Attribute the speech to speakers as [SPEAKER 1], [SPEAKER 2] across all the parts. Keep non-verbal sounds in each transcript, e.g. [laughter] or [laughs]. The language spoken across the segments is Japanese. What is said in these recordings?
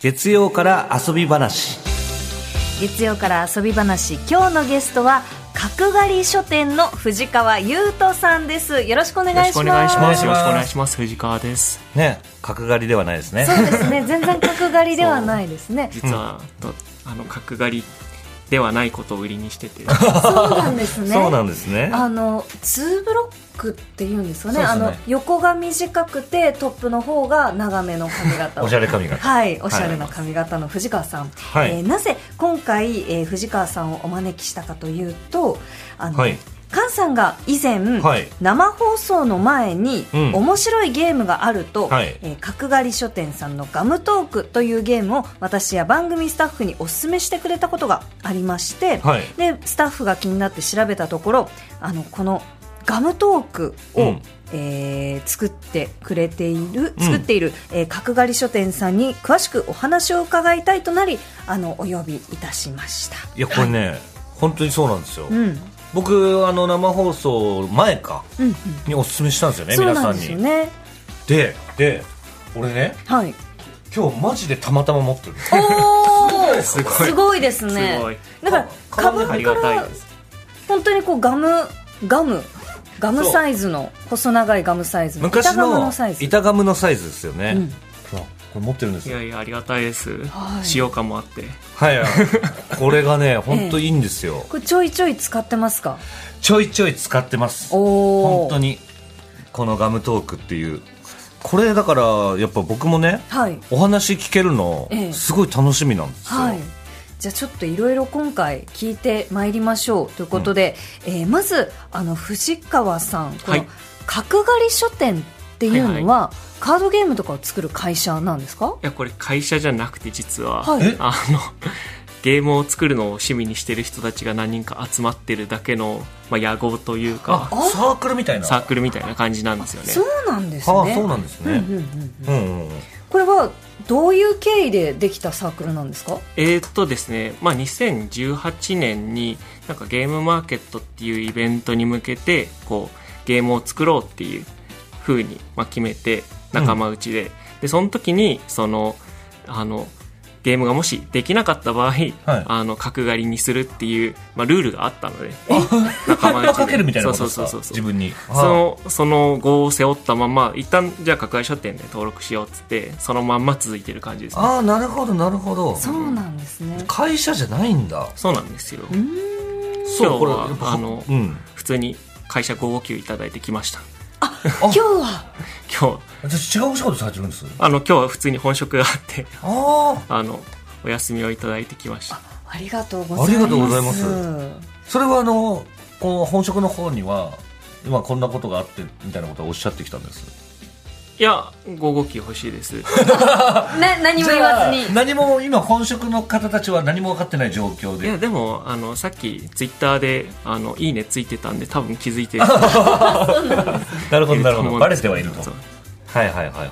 [SPEAKER 1] 月曜から遊び話
[SPEAKER 2] 月曜から遊び話今日のゲストは角刈り書店の藤川優斗さんですよろしくお願
[SPEAKER 3] よろ
[SPEAKER 2] い
[SPEAKER 3] しくお
[SPEAKER 2] し
[SPEAKER 3] 願
[SPEAKER 2] ま
[SPEAKER 3] い
[SPEAKER 2] す
[SPEAKER 3] し
[SPEAKER 1] ま
[SPEAKER 3] ますす。よろしくお願いします。藤川です。
[SPEAKER 1] ね角刈りではないですね
[SPEAKER 2] そうですね全然角刈りではないです
[SPEAKER 1] [laughs]
[SPEAKER 2] ね
[SPEAKER 3] 実は、とあの角刈りではないことを売りに [laughs] してて、
[SPEAKER 2] そうなんですね
[SPEAKER 1] そうなんですね
[SPEAKER 2] あのツーブロックっていうんですかね
[SPEAKER 1] そうです
[SPEAKER 2] あ
[SPEAKER 1] ね
[SPEAKER 2] の横が短くてトップの方が長めの髪型を
[SPEAKER 1] おしゃれ髪型
[SPEAKER 2] はいおしゃれな髪型の藤川さん、
[SPEAKER 1] は
[SPEAKER 2] え
[SPEAKER 1] い
[SPEAKER 2] ーなぜ今回、えー藤川さんをお招きしたかというとあの、
[SPEAKER 1] はい
[SPEAKER 2] 菅さんが以前、
[SPEAKER 1] はい
[SPEAKER 2] 生放送の前に、
[SPEAKER 1] うん
[SPEAKER 2] 面白いゲームがあると、
[SPEAKER 1] はい
[SPEAKER 2] えー角刈り書店さんのガムトークというゲームを私や番組スタッフにお勧めしてくれたことがありまして、
[SPEAKER 1] はい
[SPEAKER 2] でスタッフが気になって調べたところあのこのガムトークを、
[SPEAKER 1] うん
[SPEAKER 2] えー作ってくれている
[SPEAKER 1] うん
[SPEAKER 2] 作っている、えー角刈り書店さんに詳しくお話を伺いたいとなりあのお呼びいたしました。
[SPEAKER 1] いやこれね、本当にそうなんですよ、
[SPEAKER 2] うん
[SPEAKER 1] 僕あの生放送前か
[SPEAKER 2] うんうん
[SPEAKER 1] におすすめしたんですよね
[SPEAKER 2] そう
[SPEAKER 1] 皆
[SPEAKER 2] な
[SPEAKER 1] さ
[SPEAKER 2] ん
[SPEAKER 1] ん
[SPEAKER 2] です
[SPEAKER 1] に
[SPEAKER 2] よね。
[SPEAKER 1] でで俺ね
[SPEAKER 2] はい。
[SPEAKER 1] 今日マジでたまたま持ってる
[SPEAKER 2] おお、
[SPEAKER 3] [laughs] すごい
[SPEAKER 2] すごいですね
[SPEAKER 3] すごい。
[SPEAKER 2] だから、かぶ
[SPEAKER 1] あ
[SPEAKER 3] あ
[SPEAKER 2] か
[SPEAKER 3] りがた
[SPEAKER 2] ら
[SPEAKER 3] いで、す。
[SPEAKER 2] 本当にこうガム、ガム。ガムサイズの、細長いガムサイズの。
[SPEAKER 1] 昔
[SPEAKER 2] 板ガム
[SPEAKER 1] の
[SPEAKER 2] のサイズ。
[SPEAKER 1] 板ガムのサイズですよね、
[SPEAKER 2] うん
[SPEAKER 1] そうこれ持ってるんです
[SPEAKER 3] い
[SPEAKER 1] よ
[SPEAKER 3] やいやありがたいです。
[SPEAKER 2] はい
[SPEAKER 3] 使用感もあって、
[SPEAKER 1] はいはいこ
[SPEAKER 2] [laughs]
[SPEAKER 1] れがね本当いいんですよ、
[SPEAKER 2] これちょいちょい使ってますか。
[SPEAKER 1] ちょいちょい使ってます
[SPEAKER 2] おお。
[SPEAKER 1] 本当。にこのガムトークっていうこれだからやっぱ僕もね
[SPEAKER 2] はい。
[SPEAKER 1] お話聞けるの
[SPEAKER 2] ええ
[SPEAKER 1] すごい楽しみなんですよ、
[SPEAKER 2] はい。じゃあちょっといろいろ今回聞いてまいりましょうということで、えーまずあの藤川さんこ
[SPEAKER 3] は
[SPEAKER 2] の
[SPEAKER 3] い
[SPEAKER 2] 角刈り書店っていうのは、カードゲームとかを作る会社なんですか
[SPEAKER 3] いやこれ会社じゃなくて実は、
[SPEAKER 2] はいえ
[SPEAKER 3] あのゲームを作るのを趣味にしてる人たちが何人か集まってるだけのまあ野合という
[SPEAKER 1] あ
[SPEAKER 3] か
[SPEAKER 2] あ
[SPEAKER 1] サークルみたいな
[SPEAKER 3] サークルみたいな感じなんですよね。
[SPEAKER 2] そうなんです
[SPEAKER 1] あ
[SPEAKER 2] ね。
[SPEAKER 1] そうなんです
[SPEAKER 2] うん
[SPEAKER 1] ね、
[SPEAKER 2] うんうん
[SPEAKER 1] うんうんうん
[SPEAKER 2] これはどういう経緯でできたサークルなんですか
[SPEAKER 3] えーっとですね、まあ、2018年になんかゲームマーケットっていうイベントに向けてこうゲームを作ろうっていう風にまあ決めて仲間内で、でその時にそのあのゲームがもしできなかった場合、あの角刈りにするっていう、まあ、ルールがあったので仲
[SPEAKER 1] 葉っぱかけるみたいなことです
[SPEAKER 3] そ
[SPEAKER 1] か
[SPEAKER 3] うそうそうそう
[SPEAKER 1] 自分に
[SPEAKER 3] そのその後を背負ったまま一旦じゃあ角刈り書店で登録しようっつってそのまんま続いてる感じですね
[SPEAKER 1] ああーなるほどなるほど
[SPEAKER 2] そうなんですね。
[SPEAKER 1] 会社じゃないんだ
[SPEAKER 3] そうなんですよ
[SPEAKER 1] そうこれ
[SPEAKER 3] 今日はあの
[SPEAKER 1] うん、
[SPEAKER 3] 普通に会社559いただいてきました
[SPEAKER 2] 今日は
[SPEAKER 3] 今日
[SPEAKER 1] 私違う仕事されてるんです
[SPEAKER 3] あの今日は普通に本職があって [laughs]
[SPEAKER 1] ああ
[SPEAKER 3] あのお休みをいただいてきました
[SPEAKER 2] ありがとうございます。
[SPEAKER 1] ありがとうございますそれはあのこの本職の方には今こんなことがあってみたいなことはおっしゃってきたんです
[SPEAKER 3] いや559欲しいです
[SPEAKER 2] ね、何も言わず
[SPEAKER 1] じゃあ
[SPEAKER 2] に。
[SPEAKER 1] 何も今本職の方たちは何も分かってない状況
[SPEAKER 3] い
[SPEAKER 1] で
[SPEAKER 3] やでもあのさっきツイッターであの「いいね」ついてたんで多分気づいてる
[SPEAKER 1] なる
[SPEAKER 3] [laughs] いると思うんですけそう
[SPEAKER 1] はいはいはいはい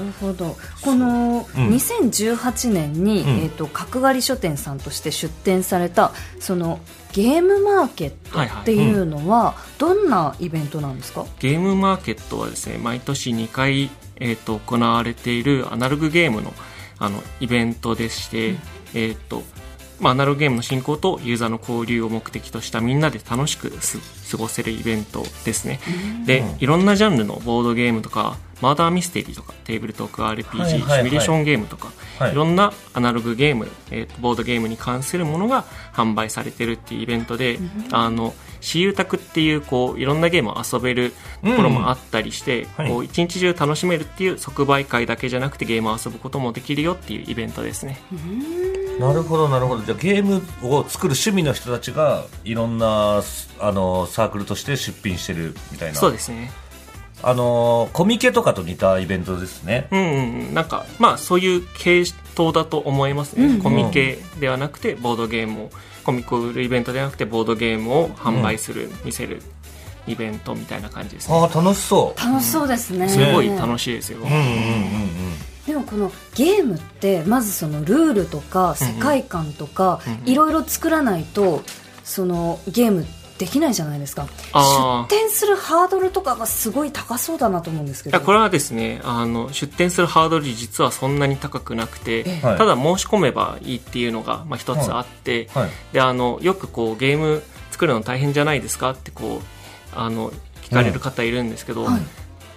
[SPEAKER 2] なるほどこの
[SPEAKER 1] うん
[SPEAKER 2] 2018年に、
[SPEAKER 1] うん
[SPEAKER 2] えー、と角刈り書店さんとして出店されたそのゲームマーケッ
[SPEAKER 3] はい
[SPEAKER 2] ト
[SPEAKER 3] は
[SPEAKER 2] っ
[SPEAKER 3] い
[SPEAKER 2] ていうのはどんなイベントなんですか、
[SPEAKER 3] ゲームマーケットはですね毎年2回、えー、と行われているアナログゲームのあのイベントでして、えーとまあ、アナログゲームの進行とユーザーの交流を目的としたみんなで楽しくす過ごせるイベントですねでいろんなジャンルのボードゲームとかマーダーミステリーとかテーブルトーク RPG、
[SPEAKER 1] はいはいはい
[SPEAKER 3] シミュレーションゲームとか、
[SPEAKER 1] はい
[SPEAKER 3] い、ろんなアナログゲーム、えーとボードゲームに関するものが販売されてるっていうイベントで、あの私有宅っていうこういろんなゲームを遊べるところもあったりして、
[SPEAKER 1] はい
[SPEAKER 3] こう一日中楽しめるっていう即売会だけじゃなくてゲームを遊ぶこともできるよっていうイベントですね
[SPEAKER 1] なるほどなるほどじゃあゲームを作る趣味の人たちがいろんなあのサークルとして出品してるみたいな
[SPEAKER 3] そうですね
[SPEAKER 1] あのコミケとかと似たイベントですね
[SPEAKER 3] うんうんうんなんかまあそういう系統だと思いますね、コミケではなくてボードゲームをコミコ売るイベントではなくてボードゲームを販売する、見せるイベントみたいな感じですね
[SPEAKER 1] ああ楽しそう
[SPEAKER 2] 楽しそうですね
[SPEAKER 3] すごい楽しいですよ、
[SPEAKER 1] うんうんうん
[SPEAKER 2] でもこのゲームってまずそのルールとか世界観とかいろいろ作らないとそのゲームできないじゃないですか
[SPEAKER 3] あ
[SPEAKER 2] 出
[SPEAKER 3] ー
[SPEAKER 2] 店するハードルとかがすごい高そうだなと思うんですけ
[SPEAKER 3] いや
[SPEAKER 2] ど
[SPEAKER 3] これはですねあの出店するハードル実はそんなに高くなくて、
[SPEAKER 2] ええ
[SPEAKER 1] はい
[SPEAKER 3] ただ申し込めばいいっていうのがまあ一つあって、
[SPEAKER 1] はい
[SPEAKER 3] であのよくこうゲーム作るの大変じゃないですかってこうあの聞かれる方いるんですけど、
[SPEAKER 2] はい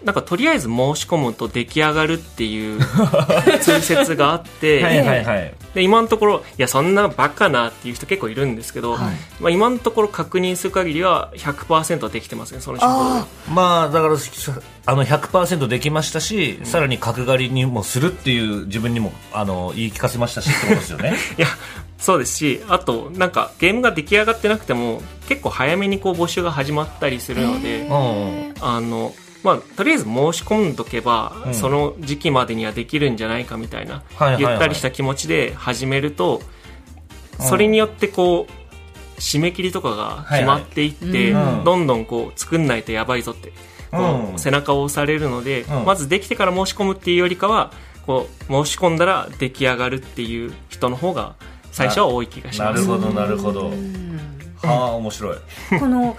[SPEAKER 3] なんかとりあえず申し込むと出来上がるっていう
[SPEAKER 1] [laughs]
[SPEAKER 3] 通説があって、
[SPEAKER 1] はいはいはい
[SPEAKER 3] で今のところいやそんなバカなっていう人結構いるんですけど、
[SPEAKER 2] はい
[SPEAKER 3] まあ、今のところ確認する限りは100%できてますねその手法
[SPEAKER 2] あ
[SPEAKER 1] まあだからあの100%できましたし、さらに角刈りにもするっていう自分にもあの言い聞かせましたしってことですよね
[SPEAKER 3] いやそうですしあとなんかゲームが出来上がってなくても結構早めにこう募集が始まったりするので、
[SPEAKER 2] へー
[SPEAKER 1] うん
[SPEAKER 3] あのまあ、とりあえず申し込んどけば、
[SPEAKER 1] うん
[SPEAKER 3] その時期までにはできるんじゃないかみたいな、
[SPEAKER 1] はいはいはい
[SPEAKER 3] ゆったりした気持ちで始めると、それによってこう締め切りとかが決まっていって、
[SPEAKER 2] はい
[SPEAKER 1] はいうん
[SPEAKER 3] どんどんこう作んないとやばいぞって、こ
[SPEAKER 1] う
[SPEAKER 3] うん背中を押されるので、
[SPEAKER 1] うん
[SPEAKER 3] まずできてから申し込むっていうよりかはこう申し込んだら出来上がるっていう人の方が最初は多い気がし
[SPEAKER 1] な
[SPEAKER 3] ま
[SPEAKER 1] る
[SPEAKER 3] す。
[SPEAKER 1] ほどなるほど
[SPEAKER 2] ーうん
[SPEAKER 1] はあ面白い
[SPEAKER 2] [laughs] この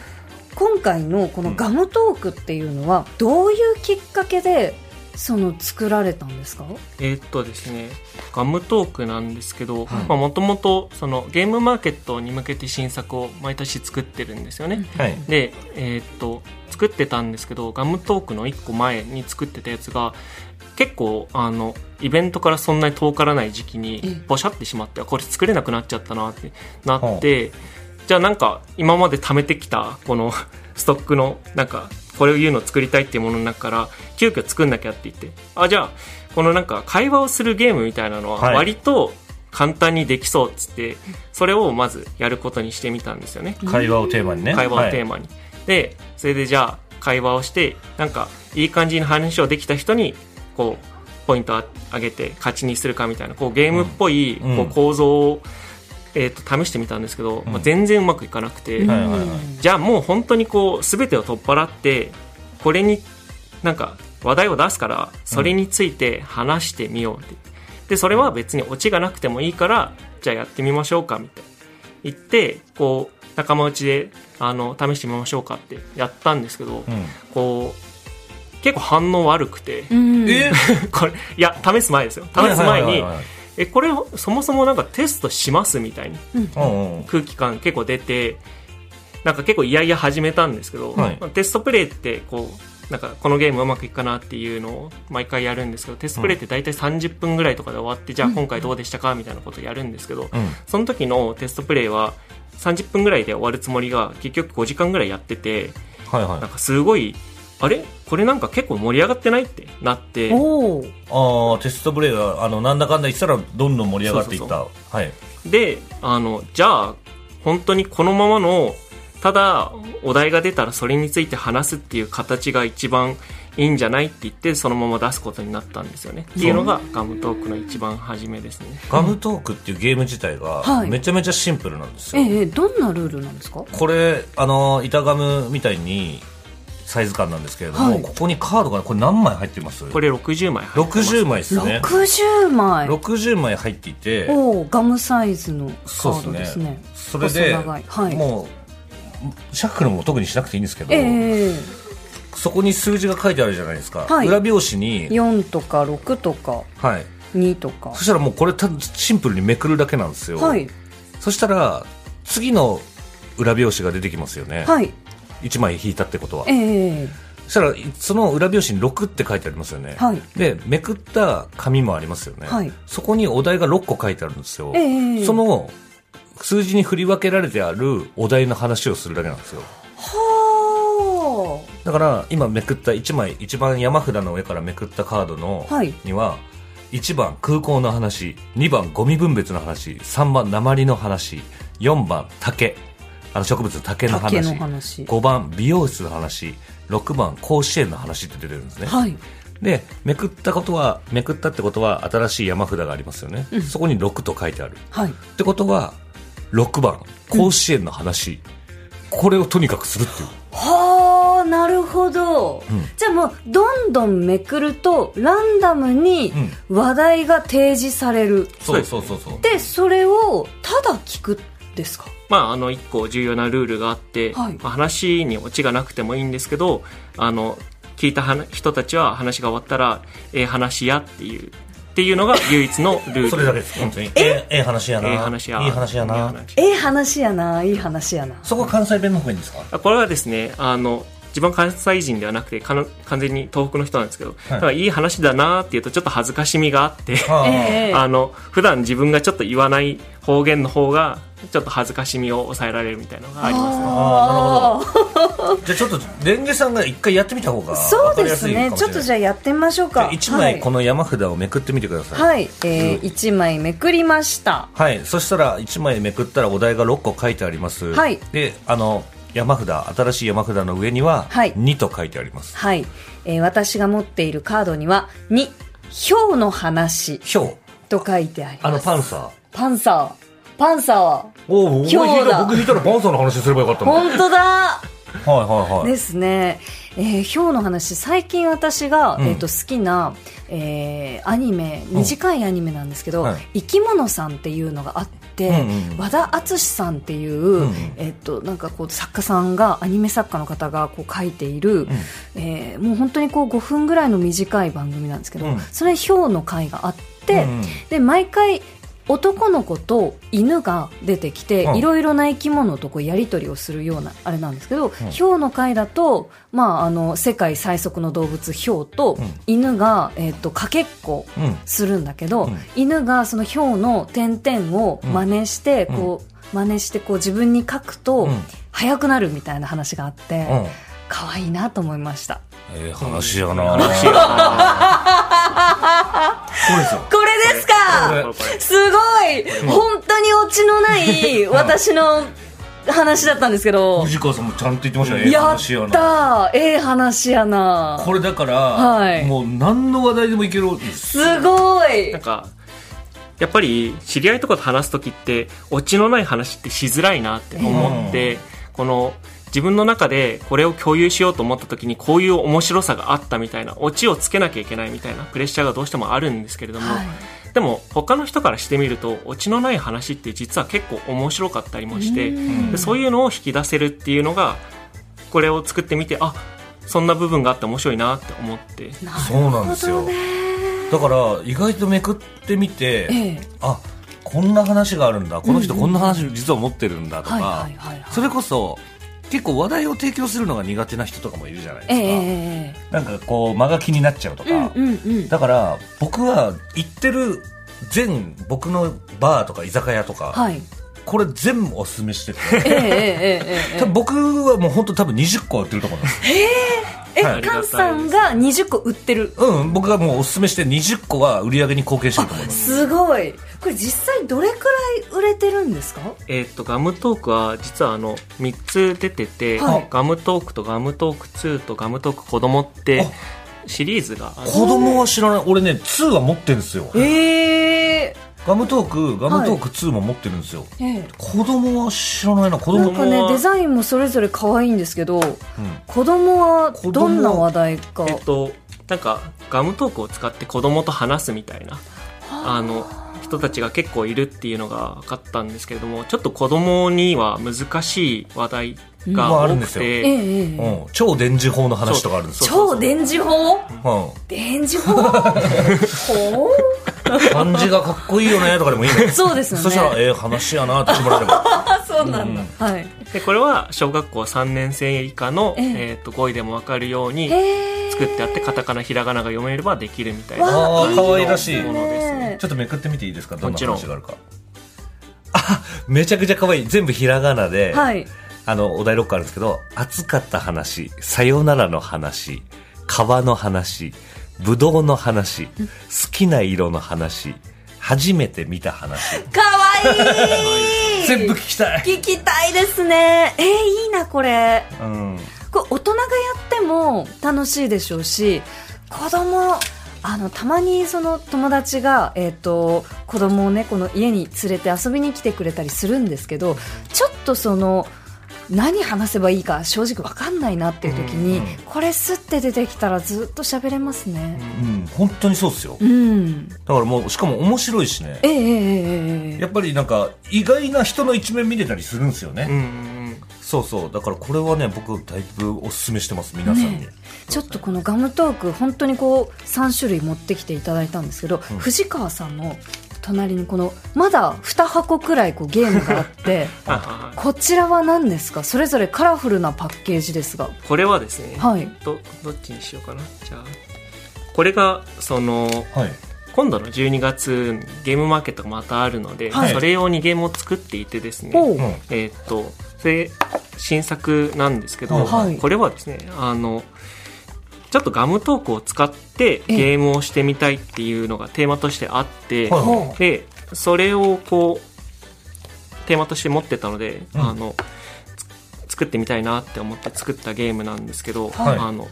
[SPEAKER 2] 今回のこのガムトークっていうのはどういうきっかけでその作られたんですか
[SPEAKER 3] えーっとですねガムトークなんですけどもともとゲームマーケットに向けて新作を毎年作ってるんですよね、
[SPEAKER 1] はい
[SPEAKER 3] で、えーっと作ってたんですけどガムトークの1個前に作ってたやつが結構あのイベントからそんなに遠からない時期
[SPEAKER 2] ええ
[SPEAKER 3] にぼしゃってしまってあこれ作れなくなっちゃったなってなってじゃあなんか今まで貯めてきたこの [laughs] ストックのなんかこれを言うのを作りたいっていうものの中から急遽作んなきゃって言ってあじゃあこのなんか会話をするゲームみたいなのは
[SPEAKER 1] はい
[SPEAKER 3] 割と簡単にできそうっつってそれをまずやることにしてみたんですよね。
[SPEAKER 1] 会話をテーマにね
[SPEAKER 3] 会話をテー
[SPEAKER 1] マ、
[SPEAKER 3] マに、でそれでじゃあ会話をしてなんかいい感じに話をできた人にこうポイントを上げて勝ちにするかみたいなこうゲームっぽい
[SPEAKER 1] うん
[SPEAKER 3] こ
[SPEAKER 1] う
[SPEAKER 3] うん構造を、えー、と試してみたんですけど、
[SPEAKER 1] うん
[SPEAKER 3] まあ、全然うまくいかなくて、
[SPEAKER 1] はいはいはい
[SPEAKER 3] じゃあもう本当にこう全てを取っ払ってこれになんか話題を出すからそれについて話してみようって、でそれは別にオチがなくてもいいからじゃあやってみましょうかみたいな言ってこう仲間内であの試してみましょうかってやったんですけ
[SPEAKER 1] う
[SPEAKER 3] ど、
[SPEAKER 1] ん
[SPEAKER 3] こう結構反応悪くて、 [laughs]
[SPEAKER 2] うん
[SPEAKER 1] え
[SPEAKER 3] これいや試す前ですよ試す前
[SPEAKER 1] はい
[SPEAKER 3] に
[SPEAKER 1] はいはい
[SPEAKER 3] えこれそもそもなんかテストしますみたいに
[SPEAKER 1] はいうんうん
[SPEAKER 3] 空気感結構出てなんか結構いやいや始めたんですけど、
[SPEAKER 1] はい
[SPEAKER 3] まあテストプレイってこうなんかこのゲームうまくいくかなっていうのを毎回やるんですけどテストプレイって大体30分ぐらいとかで終わって、じゃあ今回どうでしたかみたいなことをやるんですけど、
[SPEAKER 1] うん
[SPEAKER 3] その時のテストプレイは30分ぐらいで終わるつもりが結局5時間ぐらいやってて
[SPEAKER 1] はいはい
[SPEAKER 3] なんかすごいあれこれなんか結構盛り上がってないってなって
[SPEAKER 2] おお
[SPEAKER 1] ああテストプレイがあのなんだかんだ言ってたらどんどん盛り上がっていった
[SPEAKER 3] そ
[SPEAKER 1] はい
[SPEAKER 3] であのじゃあ本当にこのままのただお題が出たらそれについて話すっていう形が一番いいんじゃないって言ってそのまま出すことになったんですよねっていうのがガムトークの一番初めですね
[SPEAKER 1] ガムトークっていうゲーム自体
[SPEAKER 2] は
[SPEAKER 1] が
[SPEAKER 2] い
[SPEAKER 1] めちゃめちゃシンプルなんですよ、
[SPEAKER 2] ええどんなルールなんですか
[SPEAKER 1] これあの板ガムみたいにサイズ感なんですけれども、
[SPEAKER 2] はい
[SPEAKER 1] ここにカードがこれ何枚入ってます
[SPEAKER 3] これ60枚入ってます
[SPEAKER 1] 60枚ですね
[SPEAKER 2] 60枚
[SPEAKER 1] 60枚入っていて
[SPEAKER 2] おおガムサイズのカードですね
[SPEAKER 1] それ
[SPEAKER 2] 細
[SPEAKER 1] で
[SPEAKER 2] 長いはい
[SPEAKER 1] もうシャッフルも特にしなくていいんですけど、
[SPEAKER 2] ええ
[SPEAKER 1] そこに数字が書いてあるじゃないですか、
[SPEAKER 2] はい
[SPEAKER 1] 裏表紙に、
[SPEAKER 2] 4とか6とか
[SPEAKER 1] はい、
[SPEAKER 2] 2とか
[SPEAKER 1] そしたらもうこれたシンプルにめくるだけなんですよ、
[SPEAKER 2] はい
[SPEAKER 1] そしたら次の裏表紙が出てきますよね、
[SPEAKER 2] はい
[SPEAKER 1] 1枚引いたってことは
[SPEAKER 2] ええ
[SPEAKER 1] そしたらその裏表紙に6って書いてありますよね、
[SPEAKER 2] はい
[SPEAKER 1] でめくった紙もありますよね、
[SPEAKER 2] はい
[SPEAKER 1] そこにお題が6個書いてあるんですよ、
[SPEAKER 2] ええ
[SPEAKER 1] その数字に振り分けられてあるお題の話をするだけなんですよ
[SPEAKER 2] は
[SPEAKER 1] だから今めくった1枚一番山札の上からめくったカードの
[SPEAKER 2] はい
[SPEAKER 1] には、1番空港の話2番ゴミ分別の話3番鉛の話4番竹あの植物の竹
[SPEAKER 2] あ
[SPEAKER 1] の
[SPEAKER 2] 竹
[SPEAKER 1] 話
[SPEAKER 2] の話
[SPEAKER 1] 5番美容室の話6番甲子園の話って出てるんですね、
[SPEAKER 2] はい
[SPEAKER 1] でめくったことはめくったってことは新しい山札がありますよね、
[SPEAKER 2] うん
[SPEAKER 1] そこに6と書いてある
[SPEAKER 2] はい
[SPEAKER 1] ってことは6番甲子園の話、これをとにかくするっていう
[SPEAKER 2] はあなるほど、
[SPEAKER 1] ん
[SPEAKER 2] じゃあもうどんどんめくるとランダムに話題が提示される、
[SPEAKER 1] そうそうそうそう
[SPEAKER 2] でそれをただ聞く
[SPEAKER 4] ですか
[SPEAKER 3] まあ、あの一個重要なルールがあって、
[SPEAKER 4] はい
[SPEAKER 3] まあ話にオチがなくてもいいんですけどあの聞いた話人たちは話が終わったら「ええ話や」っていうっていうのが唯一のルー
[SPEAKER 1] [laughs]
[SPEAKER 3] ル
[SPEAKER 1] それだけです本当にええええ話やな
[SPEAKER 3] ええ話や
[SPEAKER 1] いい話や
[SPEAKER 3] いい
[SPEAKER 1] な
[SPEAKER 3] 話
[SPEAKER 4] ええ話やないい話やな
[SPEAKER 1] そこ関西弁の方がいいんですか
[SPEAKER 3] あこれはですねあの自分は関西人ではなくてかの完全に東北の人なんですけど、ただいい話だなーっていうとちょっと恥ずかしみがあって、
[SPEAKER 1] ああ
[SPEAKER 4] ええ
[SPEAKER 3] あの普段自分がちょっと言わない方言の方がちょっと恥ずかしみを抑えられるみたいなのがありますね
[SPEAKER 1] あ
[SPEAKER 4] あー
[SPEAKER 1] じゃあちょっとレンゲさんが一回やってみた方が
[SPEAKER 2] そう
[SPEAKER 1] 分かり
[SPEAKER 2] で
[SPEAKER 1] やす
[SPEAKER 2] す
[SPEAKER 1] いか
[SPEAKER 2] ね
[SPEAKER 1] もし
[SPEAKER 2] ち
[SPEAKER 1] れ
[SPEAKER 2] ょっ
[SPEAKER 1] な
[SPEAKER 2] と
[SPEAKER 1] い
[SPEAKER 2] じゃあやってみましょうか
[SPEAKER 1] 一枚
[SPEAKER 2] の
[SPEAKER 1] この山札をめくってみてください
[SPEAKER 2] はい、はいえー1枚めくりました
[SPEAKER 1] はい、そしたら1枚めくったらお題が6個書いてあります、
[SPEAKER 2] はい
[SPEAKER 1] であの山札新しい山札の上には
[SPEAKER 2] はい
[SPEAKER 1] 2と書いてあります
[SPEAKER 2] はい、えー私が持っているカードには2ヒョウの話
[SPEAKER 1] ひょう
[SPEAKER 2] と書いてあり
[SPEAKER 1] あ
[SPEAKER 2] ま
[SPEAKER 1] の
[SPEAKER 2] す
[SPEAKER 1] パンサ
[SPEAKER 2] パンサーパンサーは
[SPEAKER 1] ーおお
[SPEAKER 2] ひょうだ
[SPEAKER 1] 僕引いたらパンサーの話すればよか
[SPEAKER 2] [laughs]
[SPEAKER 1] ったのはい
[SPEAKER 2] 本当だ
[SPEAKER 1] はいはい、
[SPEAKER 2] ですね。えー、ヒョウの話、最近私が、
[SPEAKER 1] うん
[SPEAKER 2] えっ、と、好きな、えーアニメ、
[SPEAKER 1] ん
[SPEAKER 2] 短いアニメなんですけど、
[SPEAKER 1] はい
[SPEAKER 2] 生き物さんっていうのがあって、
[SPEAKER 1] うんうんうん
[SPEAKER 2] 和田敦さんっていう、
[SPEAKER 1] んうん
[SPEAKER 2] えっ、と、なんかこう、作家さんが、アニメ作家の方がこう書いている、えーもう本当にこう、5分ぐらいの短い番組なんですけど、
[SPEAKER 1] うん
[SPEAKER 2] それ、ヒョウの回があって、
[SPEAKER 1] うんうん
[SPEAKER 2] で毎回男の子と犬が出てきて、
[SPEAKER 1] うん
[SPEAKER 2] いろいろな生き物とこうやり取りをするようなあれなんですけど、
[SPEAKER 1] ん
[SPEAKER 2] ヒョウの回だと、まあ、あの世界最速の動物ヒョウと、
[SPEAKER 1] うん
[SPEAKER 2] 犬が、えっとかけっこ
[SPEAKER 1] うん
[SPEAKER 2] するんだけど、
[SPEAKER 1] うん
[SPEAKER 2] 犬がそのヒョウの点々を真似して、
[SPEAKER 1] うん
[SPEAKER 2] こう真似してこう自分に書くと、
[SPEAKER 1] うん
[SPEAKER 2] 速くなるみたいな話があって、
[SPEAKER 1] うん
[SPEAKER 2] 可愛いなと思いました [laughs]
[SPEAKER 1] ええ話やな
[SPEAKER 3] 話やな
[SPEAKER 1] そうですよ
[SPEAKER 2] これですか
[SPEAKER 1] これ
[SPEAKER 3] これ
[SPEAKER 2] すごい本当にオチのない私の話だったんですけど。
[SPEAKER 1] 藤川さんもちゃんと言ってましたねええ
[SPEAKER 2] やっ
[SPEAKER 1] 話やな
[SPEAKER 2] たーええ話やな
[SPEAKER 1] これだから、
[SPEAKER 2] はい
[SPEAKER 1] もう何の話題でもいけるんです
[SPEAKER 2] すごい
[SPEAKER 3] なんかやっぱり知り合いとかと話す時ってオチのない話ってしづらいなって思って、この自分の中でこれを共有しようと思った時にこういう面白さがあったみたいなオチをつけなきゃいけないみたいなプレッシャーがどうしてもあるんですけれども、
[SPEAKER 2] はい
[SPEAKER 3] でも他の人からしてみるとオチのない話って実は結構面白かったりもして
[SPEAKER 1] ん
[SPEAKER 3] でそういうのを引き出せるっていうのがこれを作ってみてあそんな部分があって面白いなって思って
[SPEAKER 1] そうなんですよだから意外とめくってみて、
[SPEAKER 2] ええ
[SPEAKER 1] あこんな話があるんだこの人こんな話実は持ってるんだとか、
[SPEAKER 2] はいはいはいはい
[SPEAKER 1] それこそ結構話題を提供するのが苦手な人とかもいるじゃないです
[SPEAKER 2] え
[SPEAKER 1] か、
[SPEAKER 2] え
[SPEAKER 1] なんかこう間が気になっちゃうと
[SPEAKER 2] ええええ
[SPEAKER 1] か、
[SPEAKER 2] うんうんうん
[SPEAKER 1] だから僕は行ってる全僕のバーとか居酒屋とか、 [laughs]
[SPEAKER 2] はい
[SPEAKER 1] これ全部おすすめしてて
[SPEAKER 2] ええええええ
[SPEAKER 1] 多分僕はもう本当多分20個は売ってると思うんです
[SPEAKER 2] ええ
[SPEAKER 1] はい
[SPEAKER 2] カンさんが20個売ってる
[SPEAKER 1] うん僕がもうおすすめして20個は売り上げに貢献してると思います
[SPEAKER 2] すごいこれ実際どれくらい売れてるんですか
[SPEAKER 3] えーっとガムトークは実はあの3つ出てて、
[SPEAKER 2] はい
[SPEAKER 3] ガムトークとガムトーク2とガムトーク子供って
[SPEAKER 1] あ
[SPEAKER 3] シリーズがある
[SPEAKER 1] 子供は知らない俺ね2は持ってるんですよ
[SPEAKER 2] ええ
[SPEAKER 1] ガムトークガムトーク2も持ってるんですよ、
[SPEAKER 2] ええ
[SPEAKER 1] 子供は知らないな子
[SPEAKER 2] な
[SPEAKER 1] 供
[SPEAKER 2] んか
[SPEAKER 1] も、
[SPEAKER 3] 子供
[SPEAKER 2] ね
[SPEAKER 3] は
[SPEAKER 2] デザインもそれぞれ可愛いんですけど
[SPEAKER 1] うん
[SPEAKER 2] 子供はどんな話題か
[SPEAKER 3] えっとなんかガムトークを使って子供と話すみたいなあの人たちが結構いるっていうのが分かったんですけれどもちょっと子供には難しい話題
[SPEAKER 1] うんまあ
[SPEAKER 3] が
[SPEAKER 1] ある
[SPEAKER 3] 多
[SPEAKER 1] んで
[SPEAKER 3] く
[SPEAKER 1] すよ
[SPEAKER 3] て、
[SPEAKER 2] ええええ
[SPEAKER 1] うん、超電磁法の話とかあるんですよ、
[SPEAKER 2] 超電磁法
[SPEAKER 1] う
[SPEAKER 2] 電磁法ほ
[SPEAKER 1] ん、漢字がかっこいいよねとかでもいいね
[SPEAKER 2] うそうですよね
[SPEAKER 1] そしたら、ええ話やなってしてもらえれば。
[SPEAKER 2] あそうなんだ、
[SPEAKER 1] うん
[SPEAKER 2] はい
[SPEAKER 3] でこれは小学校3年生以下の、
[SPEAKER 2] え
[SPEAKER 3] え
[SPEAKER 2] え
[SPEAKER 3] ーっと語彙でも分かるように
[SPEAKER 2] えー、
[SPEAKER 3] 作ってあってカタカナひらがなが読めればできるみたいな
[SPEAKER 1] ああ、可愛らしい。
[SPEAKER 3] ものですね
[SPEAKER 1] ちょっとめくってみていいですかどん
[SPEAKER 3] も
[SPEAKER 1] な
[SPEAKER 3] ちろん
[SPEAKER 1] 話があるか。あ、めちゃくちゃ可愛い。全部ひらがなで、
[SPEAKER 2] はい
[SPEAKER 1] あの、お題6個あるんですけど、暑かった話、さよならの話、川の話、ぶどうの話、好きな色の話、初めて見た話。
[SPEAKER 2] かわ [laughs] いい
[SPEAKER 1] [laughs] 全部聞きたい。
[SPEAKER 2] 聞きたいですねえー、いいなこれ
[SPEAKER 1] うん。
[SPEAKER 2] これ大人がやっても楽しいでしょうし子供あのたまにその友達が、えー、と子供をねこの家に連れて遊びに来てくれたりするんですけどちょっとその何話せばいいか正直わかんないなっていう時に、
[SPEAKER 1] うん
[SPEAKER 2] これすって出てきたらずっと喋れますね
[SPEAKER 1] うん、本当にそうですよ
[SPEAKER 2] う。ん、
[SPEAKER 1] だからもう、しかも面白いしね
[SPEAKER 2] え。ええええええ
[SPEAKER 1] やっぱりなんか、意外な人の一面見れたりするんですよね。
[SPEAKER 3] うんうん
[SPEAKER 1] そうそう。だからこれはね、僕、だいぶおすすめしてます、皆さんに。
[SPEAKER 2] ねちょっとこのガムトーク本当にこう3種類持ってきていただいたんですけど、
[SPEAKER 1] うん
[SPEAKER 2] 藤川さんの隣にこのまだ2箱くらいこうゲームがあって
[SPEAKER 3] ああ
[SPEAKER 2] こちらは何ですかそれぞれカラフルなパッケージですが
[SPEAKER 3] これはですね、
[SPEAKER 2] はい
[SPEAKER 3] どどっちにしようかなじゃあこれがその
[SPEAKER 1] はい。
[SPEAKER 3] 今度の12月にゲームマーケットがまたあるので、
[SPEAKER 1] はい
[SPEAKER 3] それ用にゲームを作っていてですね
[SPEAKER 2] おう
[SPEAKER 1] うん。
[SPEAKER 3] えーっとそれ新作なんですけど、
[SPEAKER 1] はい
[SPEAKER 3] これはですねあのちょっとガムトークを使って
[SPEAKER 2] ええ
[SPEAKER 3] ゲームをしてみたいっていうのがテーマとしてあって、
[SPEAKER 1] はい
[SPEAKER 2] ほ
[SPEAKER 3] でそれをこうテーマとして持ってたので、
[SPEAKER 1] うん
[SPEAKER 3] あのつ作ってみたいなって思って作ったゲームなんですけど、
[SPEAKER 1] はい
[SPEAKER 3] あの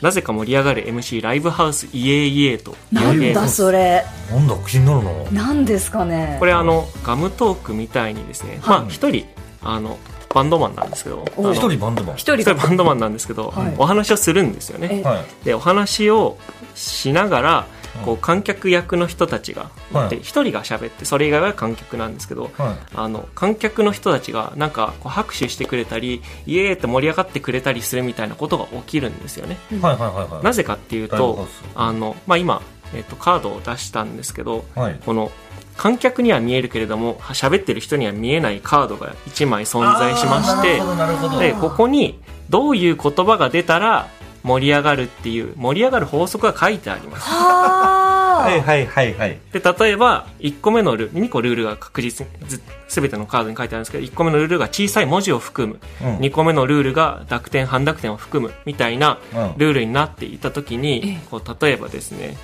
[SPEAKER 3] なぜか盛り上がる MC ライブハウスイエイエイという
[SPEAKER 2] うなん
[SPEAKER 3] ゲーム
[SPEAKER 2] だそれ
[SPEAKER 1] なんだ、気になるな。
[SPEAKER 2] 何ですかね
[SPEAKER 3] これあのガムトークみたいにですね、
[SPEAKER 1] はい
[SPEAKER 3] まあ一人あのバンドマンなんですけどあの
[SPEAKER 1] 一人バンドマン。
[SPEAKER 2] 一
[SPEAKER 3] 一
[SPEAKER 2] 人が
[SPEAKER 3] 人バンドマンなんですけど、
[SPEAKER 2] はい
[SPEAKER 3] お話をするんですよね
[SPEAKER 2] え
[SPEAKER 1] はい。
[SPEAKER 3] でお話をしながら
[SPEAKER 1] うん
[SPEAKER 3] こう観客役の人たちが
[SPEAKER 1] はい
[SPEAKER 3] で一人が喋ってそれ以外は観客なんですけど
[SPEAKER 1] はい。
[SPEAKER 3] あの観客の人たちがなんかこう拍手してくれたりイエーイって盛り上がってくれたりするみたいなことが起きるんですよね
[SPEAKER 1] はいはいはいはい。
[SPEAKER 3] な
[SPEAKER 1] ぜ
[SPEAKER 3] ぜかっていう
[SPEAKER 1] ライブハウ
[SPEAKER 3] と
[SPEAKER 1] ス
[SPEAKER 3] あの、まあ、今、えっとカードを出したんですけど
[SPEAKER 1] はい。
[SPEAKER 3] この観客には見えるけれどもは喋ってる人には見えないカードが1枚存在しまし
[SPEAKER 1] な
[SPEAKER 3] て
[SPEAKER 1] るほど、なるほど。
[SPEAKER 3] でここにどういう言葉が出たら盛り上がるっていう盛り上がる法則が書いてあります
[SPEAKER 2] は
[SPEAKER 1] はいはいはいはい。
[SPEAKER 3] で例えば1個目のルール2個ルールが確実にず全てのカードに書いてあるんですけど1個目のルールが小さい文字を含む
[SPEAKER 1] うん
[SPEAKER 3] 2個目のルールが濁点半濁点を含むみたいな
[SPEAKER 1] うん
[SPEAKER 3] ルールになっていた時
[SPEAKER 2] ええ
[SPEAKER 3] にこう例えばですね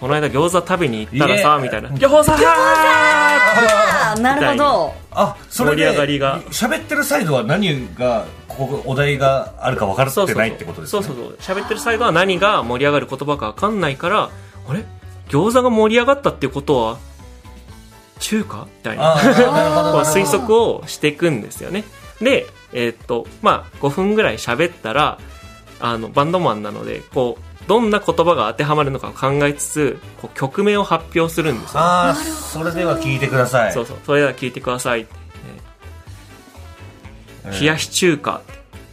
[SPEAKER 3] この間餃子食べに行ったら
[SPEAKER 1] い
[SPEAKER 3] さ
[SPEAKER 1] え
[SPEAKER 3] みたいな
[SPEAKER 1] うん
[SPEAKER 3] 餃子ー
[SPEAKER 2] あーなるほど
[SPEAKER 1] あ、それで
[SPEAKER 3] 盛り上がりが
[SPEAKER 1] 喋ってるサイドは何が、ここ、お題があるか分からってないってことですね。
[SPEAKER 3] そうそうそう喋ってるサイドは何が盛り上がる言葉か分かんないからあれ餃子が盛り上がったってことは中華みたい
[SPEAKER 1] あ
[SPEAKER 3] な
[SPEAKER 1] ーなるほどなるほど。
[SPEAKER 3] こう推測をしていくんですよねでえーっとまあ5分ぐらい喋ったらあのバンドマンなのでこうどんな言葉が当てはまるのかを考えつつこう曲名を発表するんですよ
[SPEAKER 1] ああ、それでは聞いてください。
[SPEAKER 3] そうそうそれでは聞いてください、えー冷やし中華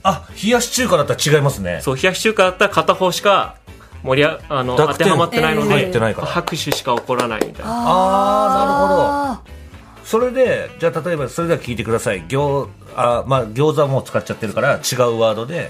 [SPEAKER 1] あ、冷やし中華だったら違いますね。
[SPEAKER 3] そう冷やし中華だったら片方しか盛りああの当
[SPEAKER 1] 濁
[SPEAKER 3] て
[SPEAKER 1] 点
[SPEAKER 3] はまってないので、
[SPEAKER 1] 入ってないから
[SPEAKER 3] 拍手しか起こらないみたいな。
[SPEAKER 1] あ
[SPEAKER 2] ーなるほど
[SPEAKER 1] それで、じゃあ例えばそれでは聞いてください。餃、あ、まあ餃子はもう使っちゃってるから違うワードで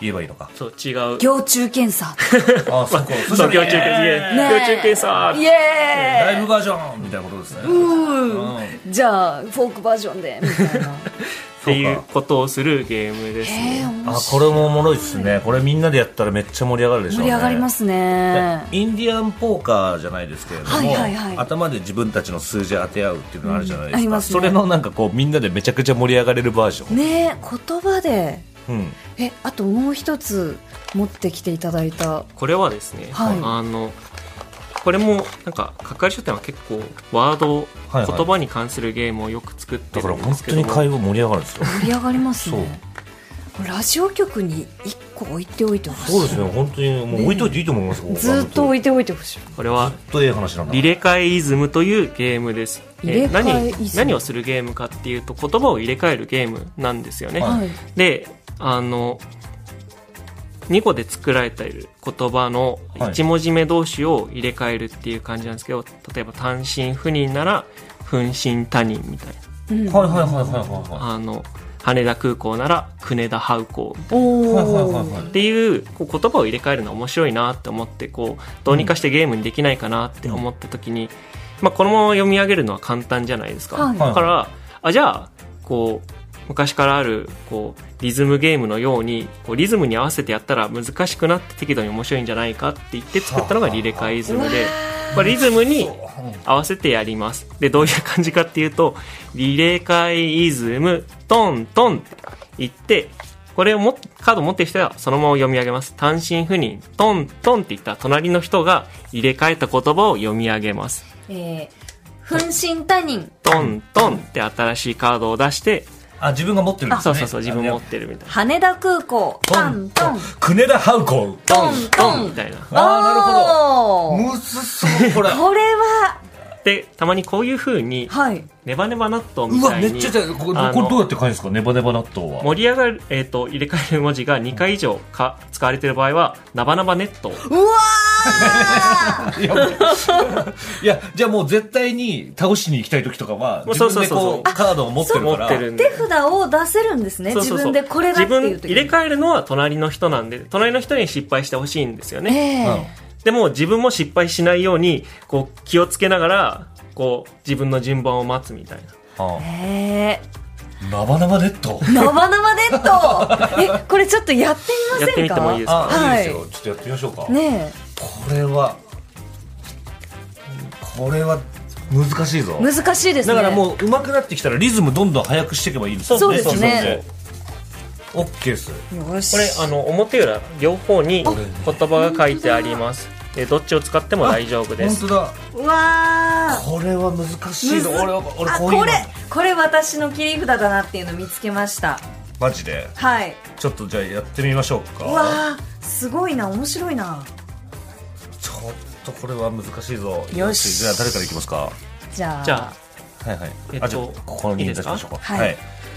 [SPEAKER 1] 言えばいいのか
[SPEAKER 3] そう違う
[SPEAKER 2] 行中検査
[SPEAKER 3] [laughs]
[SPEAKER 1] あ、そこ。そ
[SPEAKER 3] そう
[SPEAKER 1] し
[SPEAKER 3] 行中
[SPEAKER 1] たら
[SPEAKER 3] 継
[SPEAKER 1] ね
[SPEAKER 2] ね
[SPEAKER 3] 行中継さ
[SPEAKER 2] イ
[SPEAKER 1] ライ
[SPEAKER 2] エ
[SPEAKER 1] ブバージョンみたいなことですね。
[SPEAKER 2] ー
[SPEAKER 1] う
[SPEAKER 2] イ
[SPEAKER 1] ん
[SPEAKER 2] じゃあフォークバージョンでみたいな
[SPEAKER 3] っていうことをするゲームです
[SPEAKER 2] えー
[SPEAKER 3] ね、
[SPEAKER 2] 面
[SPEAKER 1] あ、
[SPEAKER 2] 白
[SPEAKER 1] これもおもろいですね。これみんなでやったらめっちゃ盛り上がるで
[SPEAKER 2] い
[SPEAKER 1] しょう
[SPEAKER 2] 盛
[SPEAKER 1] ね。
[SPEAKER 2] り上がりますね
[SPEAKER 1] インディアンポーカーじゃないですけれども、
[SPEAKER 2] はいはいはい
[SPEAKER 1] 頭で自分たちの数字当て合うっていうのあるじゃないです
[SPEAKER 2] うんあり
[SPEAKER 1] か、
[SPEAKER 2] ますね
[SPEAKER 1] それのなんかこうみんなでめちゃくちゃ盛り上がれるバージョン、
[SPEAKER 2] ねえ言葉で
[SPEAKER 1] うん、
[SPEAKER 2] えあともう一つ持ってきていただいた
[SPEAKER 3] これはですね、
[SPEAKER 2] はい
[SPEAKER 3] あのこれもなんか係書店は結構ワード、
[SPEAKER 1] はいはい
[SPEAKER 3] 言葉に関するゲームをよく作って
[SPEAKER 1] だか
[SPEAKER 3] る
[SPEAKER 1] ら
[SPEAKER 3] んで
[SPEAKER 1] 本
[SPEAKER 3] すけ
[SPEAKER 1] 当
[SPEAKER 3] ど
[SPEAKER 1] に
[SPEAKER 3] も
[SPEAKER 1] 会話盛り上がるんですよ
[SPEAKER 2] 盛り上がりますねラジオ局に一個置いておいてほしい
[SPEAKER 1] そうですね本当にもう置いといていいと思います、僕
[SPEAKER 2] ずーっと置
[SPEAKER 1] ず
[SPEAKER 2] いておいてほしい
[SPEAKER 3] これは
[SPEAKER 1] っとええ話なんだ
[SPEAKER 3] リレカエイズムというゲームです、えー
[SPEAKER 2] リレカエイズム
[SPEAKER 3] 何何をするゲームかっていうと言葉を入れ替えるゲームなんですよね、
[SPEAKER 1] はい
[SPEAKER 2] はい
[SPEAKER 3] であの2個で作られている言葉の
[SPEAKER 1] はい
[SPEAKER 3] 1文字目同士を入れ替えるっていう感じなんですけど、例えば単身赴任なら奮身他人みたい
[SPEAKER 2] うん
[SPEAKER 1] はいはいはいはいはい
[SPEAKER 3] な
[SPEAKER 1] は
[SPEAKER 3] あの羽田空港なら国田ハウコー
[SPEAKER 1] いはいはいは
[SPEAKER 2] お
[SPEAKER 1] いは
[SPEAKER 2] ー
[SPEAKER 1] い
[SPEAKER 3] っていうこう言葉を入れ替えるの面白いなって思ってこうどうにかしてゲームにできないかなって思った時に、まあ、このまま読み上げるのは簡単じゃないですか、
[SPEAKER 2] はい
[SPEAKER 3] だからあじゃあこう昔からあるこうリズムゲームのようにこうリズムに合わせてやったら難しくなって適度に面白いんじゃないかって言って作ったのがリレカイズムで、まあ、リズムに合わせてやりますでどういう感じかっていうとリレカイズムトントンって言ってこれをもカード持ってる人はそのまま読み上げます単身赴任トントンって言った隣の人が入れ替えた言葉を読み上げます
[SPEAKER 2] えー、奮身他人
[SPEAKER 3] トントンって新しいカードを出して
[SPEAKER 1] あ、自分が持ってるんです
[SPEAKER 3] そ
[SPEAKER 1] ね。
[SPEAKER 3] うそうそう、自分持ってるみたいな。
[SPEAKER 2] 羽田空港
[SPEAKER 1] あ
[SPEAKER 2] ト
[SPEAKER 1] の。トン
[SPEAKER 2] ン
[SPEAKER 1] ト
[SPEAKER 2] ト
[SPEAKER 1] ン
[SPEAKER 2] ン。
[SPEAKER 1] クネダハウコウ。
[SPEAKER 2] トントン
[SPEAKER 3] みたいな。
[SPEAKER 1] ああ、なる
[SPEAKER 2] おー
[SPEAKER 1] ほど。むずそう、これ。
[SPEAKER 2] これは
[SPEAKER 3] で、たまにこういう風に、
[SPEAKER 2] はい
[SPEAKER 3] ネバネバ納豆み
[SPEAKER 1] うわ、
[SPEAKER 3] た
[SPEAKER 1] め
[SPEAKER 3] い
[SPEAKER 1] っ
[SPEAKER 3] に
[SPEAKER 1] ちゃじゃこれ
[SPEAKER 3] あの
[SPEAKER 1] これどうやって書いてんですかネバネバ納豆は。
[SPEAKER 3] 盛り上がる、えっ、と、入れ替える文字が2回以上か使われている場合は、ナバナバネット。
[SPEAKER 2] うわー
[SPEAKER 1] いやもういや、じゃあもう絶対に倒しに行きたい時とかは、
[SPEAKER 3] もう
[SPEAKER 1] 自
[SPEAKER 3] そうそ
[SPEAKER 1] 分
[SPEAKER 3] う
[SPEAKER 1] で
[SPEAKER 3] そう
[SPEAKER 1] こう、カードを持ってるか
[SPEAKER 3] 持っ
[SPEAKER 1] ら。
[SPEAKER 3] てるんで。
[SPEAKER 2] 手札を出せるんですね
[SPEAKER 3] そう
[SPEAKER 2] 自
[SPEAKER 3] そうそう
[SPEAKER 2] 分でこれだっていう時
[SPEAKER 3] 自分入れ替えるのは隣の人なんで隣の人に失敗してほしいんですよね、
[SPEAKER 2] ええ
[SPEAKER 1] うん
[SPEAKER 3] でも自分も失敗しないようにこう気をつけながらこう自分の順番を待つみたいな
[SPEAKER 1] あ
[SPEAKER 2] え
[SPEAKER 1] ナバナバネット。
[SPEAKER 2] ー、生々ネ
[SPEAKER 3] [laughs]
[SPEAKER 2] ットえこれちょっとやってみま
[SPEAKER 3] やっ
[SPEAKER 2] せ
[SPEAKER 3] て
[SPEAKER 2] ん
[SPEAKER 3] み
[SPEAKER 2] か
[SPEAKER 3] てもいいですか
[SPEAKER 1] あ、
[SPEAKER 2] はい
[SPEAKER 1] い
[SPEAKER 2] い
[SPEAKER 1] ですよ。ちょっとやってみましょうか。
[SPEAKER 2] ね
[SPEAKER 1] これは、これは難しいぞ
[SPEAKER 2] え。難しいです
[SPEAKER 1] だ
[SPEAKER 2] ね
[SPEAKER 1] からもう上手くなってきたらリズムどんどん速くしていけばいいんですよ
[SPEAKER 2] そうですね
[SPEAKER 1] オッケーです。
[SPEAKER 2] よし
[SPEAKER 3] これあの表裏両方に言葉が書いてありますでどっちを使っても大丈夫で
[SPEAKER 1] 本
[SPEAKER 3] す
[SPEAKER 1] 当だ。
[SPEAKER 2] うわー
[SPEAKER 1] これは難しいぞ。
[SPEAKER 2] むず
[SPEAKER 1] 俺は俺
[SPEAKER 2] あ
[SPEAKER 1] こういう
[SPEAKER 2] こ
[SPEAKER 1] の
[SPEAKER 2] れこれ私の切り札だなっていうの見つけました
[SPEAKER 1] マジで
[SPEAKER 2] はい
[SPEAKER 1] ちょっとじゃあやってみましょう
[SPEAKER 2] う
[SPEAKER 1] か。
[SPEAKER 2] わーすごいな面白いな
[SPEAKER 1] ちょっとこれは難しいぞ。
[SPEAKER 2] よし
[SPEAKER 1] じゃあ誰からいきますか。
[SPEAKER 2] じゃあ
[SPEAKER 3] じゃあ
[SPEAKER 1] はいはい。
[SPEAKER 3] えっと
[SPEAKER 1] あじゃあここに
[SPEAKER 3] いい
[SPEAKER 1] 出
[SPEAKER 3] で
[SPEAKER 1] し
[SPEAKER 3] すか
[SPEAKER 1] ましょうか。
[SPEAKER 2] はい
[SPEAKER 1] はい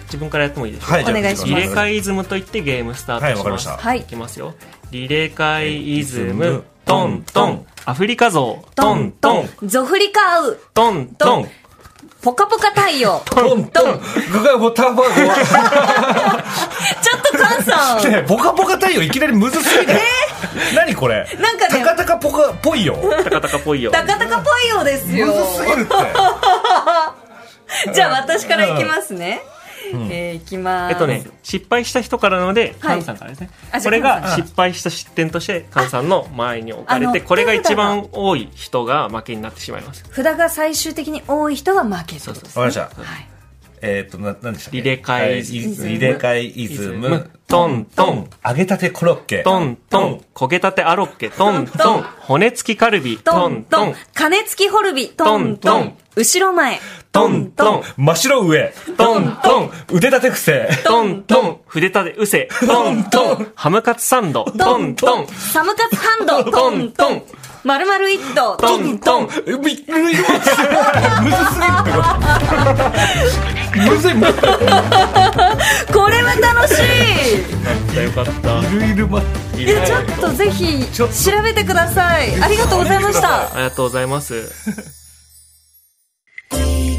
[SPEAKER 3] 自分からやってもいいですか、
[SPEAKER 1] はいじゃあ
[SPEAKER 2] お願いします
[SPEAKER 3] リレカイイズムといってゲームスタート
[SPEAKER 1] はいわ
[SPEAKER 3] します、
[SPEAKER 1] かりました
[SPEAKER 2] はい
[SPEAKER 3] いきますよリレカイイズムトントンアフリカゾウトントン
[SPEAKER 2] ゾフリカウ
[SPEAKER 3] トントン
[SPEAKER 2] ポカポカ太
[SPEAKER 3] [laughs]
[SPEAKER 2] 陽ちょっ
[SPEAKER 1] トントン。具がボタンバーグは。
[SPEAKER 2] と菅さん
[SPEAKER 3] [laughs]
[SPEAKER 1] ねえポカポカ太陽いきなりむずすぎて。何これ。
[SPEAKER 2] なんかね
[SPEAKER 1] タカタカポカぽいよ。
[SPEAKER 3] タカタカぽいよ
[SPEAKER 2] タカタカぽいようです
[SPEAKER 1] む
[SPEAKER 2] よ
[SPEAKER 1] ずすぎるって。
[SPEAKER 2] じゃあ私からいきますね、えー、いきます
[SPEAKER 3] えっとね失敗した人からなので
[SPEAKER 2] はい
[SPEAKER 3] カンさんからですね
[SPEAKER 2] あじゃあ
[SPEAKER 3] これ
[SPEAKER 2] カン
[SPEAKER 3] が
[SPEAKER 1] さん
[SPEAKER 3] 失敗した失点としてカンさんの前に置かれ
[SPEAKER 2] ああ
[SPEAKER 3] て
[SPEAKER 2] の
[SPEAKER 3] これが一番多い人が負けになってしまいます
[SPEAKER 2] 札が最終的に多い人が負けってことですね
[SPEAKER 1] わかりました
[SPEAKER 2] はい、
[SPEAKER 1] えーっと、な、なんでしたっけ
[SPEAKER 3] リレカイズ
[SPEAKER 1] はい
[SPEAKER 2] ム
[SPEAKER 1] リレカイイズ
[SPEAKER 3] イズ
[SPEAKER 1] ム
[SPEAKER 3] ム。トントン。
[SPEAKER 1] 揚げたてコロッケ。
[SPEAKER 3] トントン焦げたてアロッケトントン骨付きカルビ
[SPEAKER 2] ト
[SPEAKER 3] ト
[SPEAKER 2] ン
[SPEAKER 3] ン
[SPEAKER 2] ト
[SPEAKER 3] ト
[SPEAKER 2] ン
[SPEAKER 3] ン
[SPEAKER 2] 金付きホルビトン
[SPEAKER 3] ト
[SPEAKER 2] トン
[SPEAKER 3] ントン
[SPEAKER 2] 後ろ前
[SPEAKER 3] トントン
[SPEAKER 1] 真っ白上。
[SPEAKER 3] トントン
[SPEAKER 1] 腕立て伏せ。
[SPEAKER 3] トントン筆立てうせトントンハムカツサンドトントン
[SPEAKER 2] サムカツハンド
[SPEAKER 3] トントン
[SPEAKER 2] 丸々一頭
[SPEAKER 3] トントン
[SPEAKER 1] えびっくりむずすぎるってこれ。むずい、むず
[SPEAKER 2] これは楽し
[SPEAKER 3] よかった
[SPEAKER 1] い。いるいるま。
[SPEAKER 2] いいやちょっとぜひ
[SPEAKER 1] ちょ
[SPEAKER 2] 調
[SPEAKER 1] っと
[SPEAKER 2] べてくださいありがとうございました
[SPEAKER 3] ありがとうございます
[SPEAKER 5] 「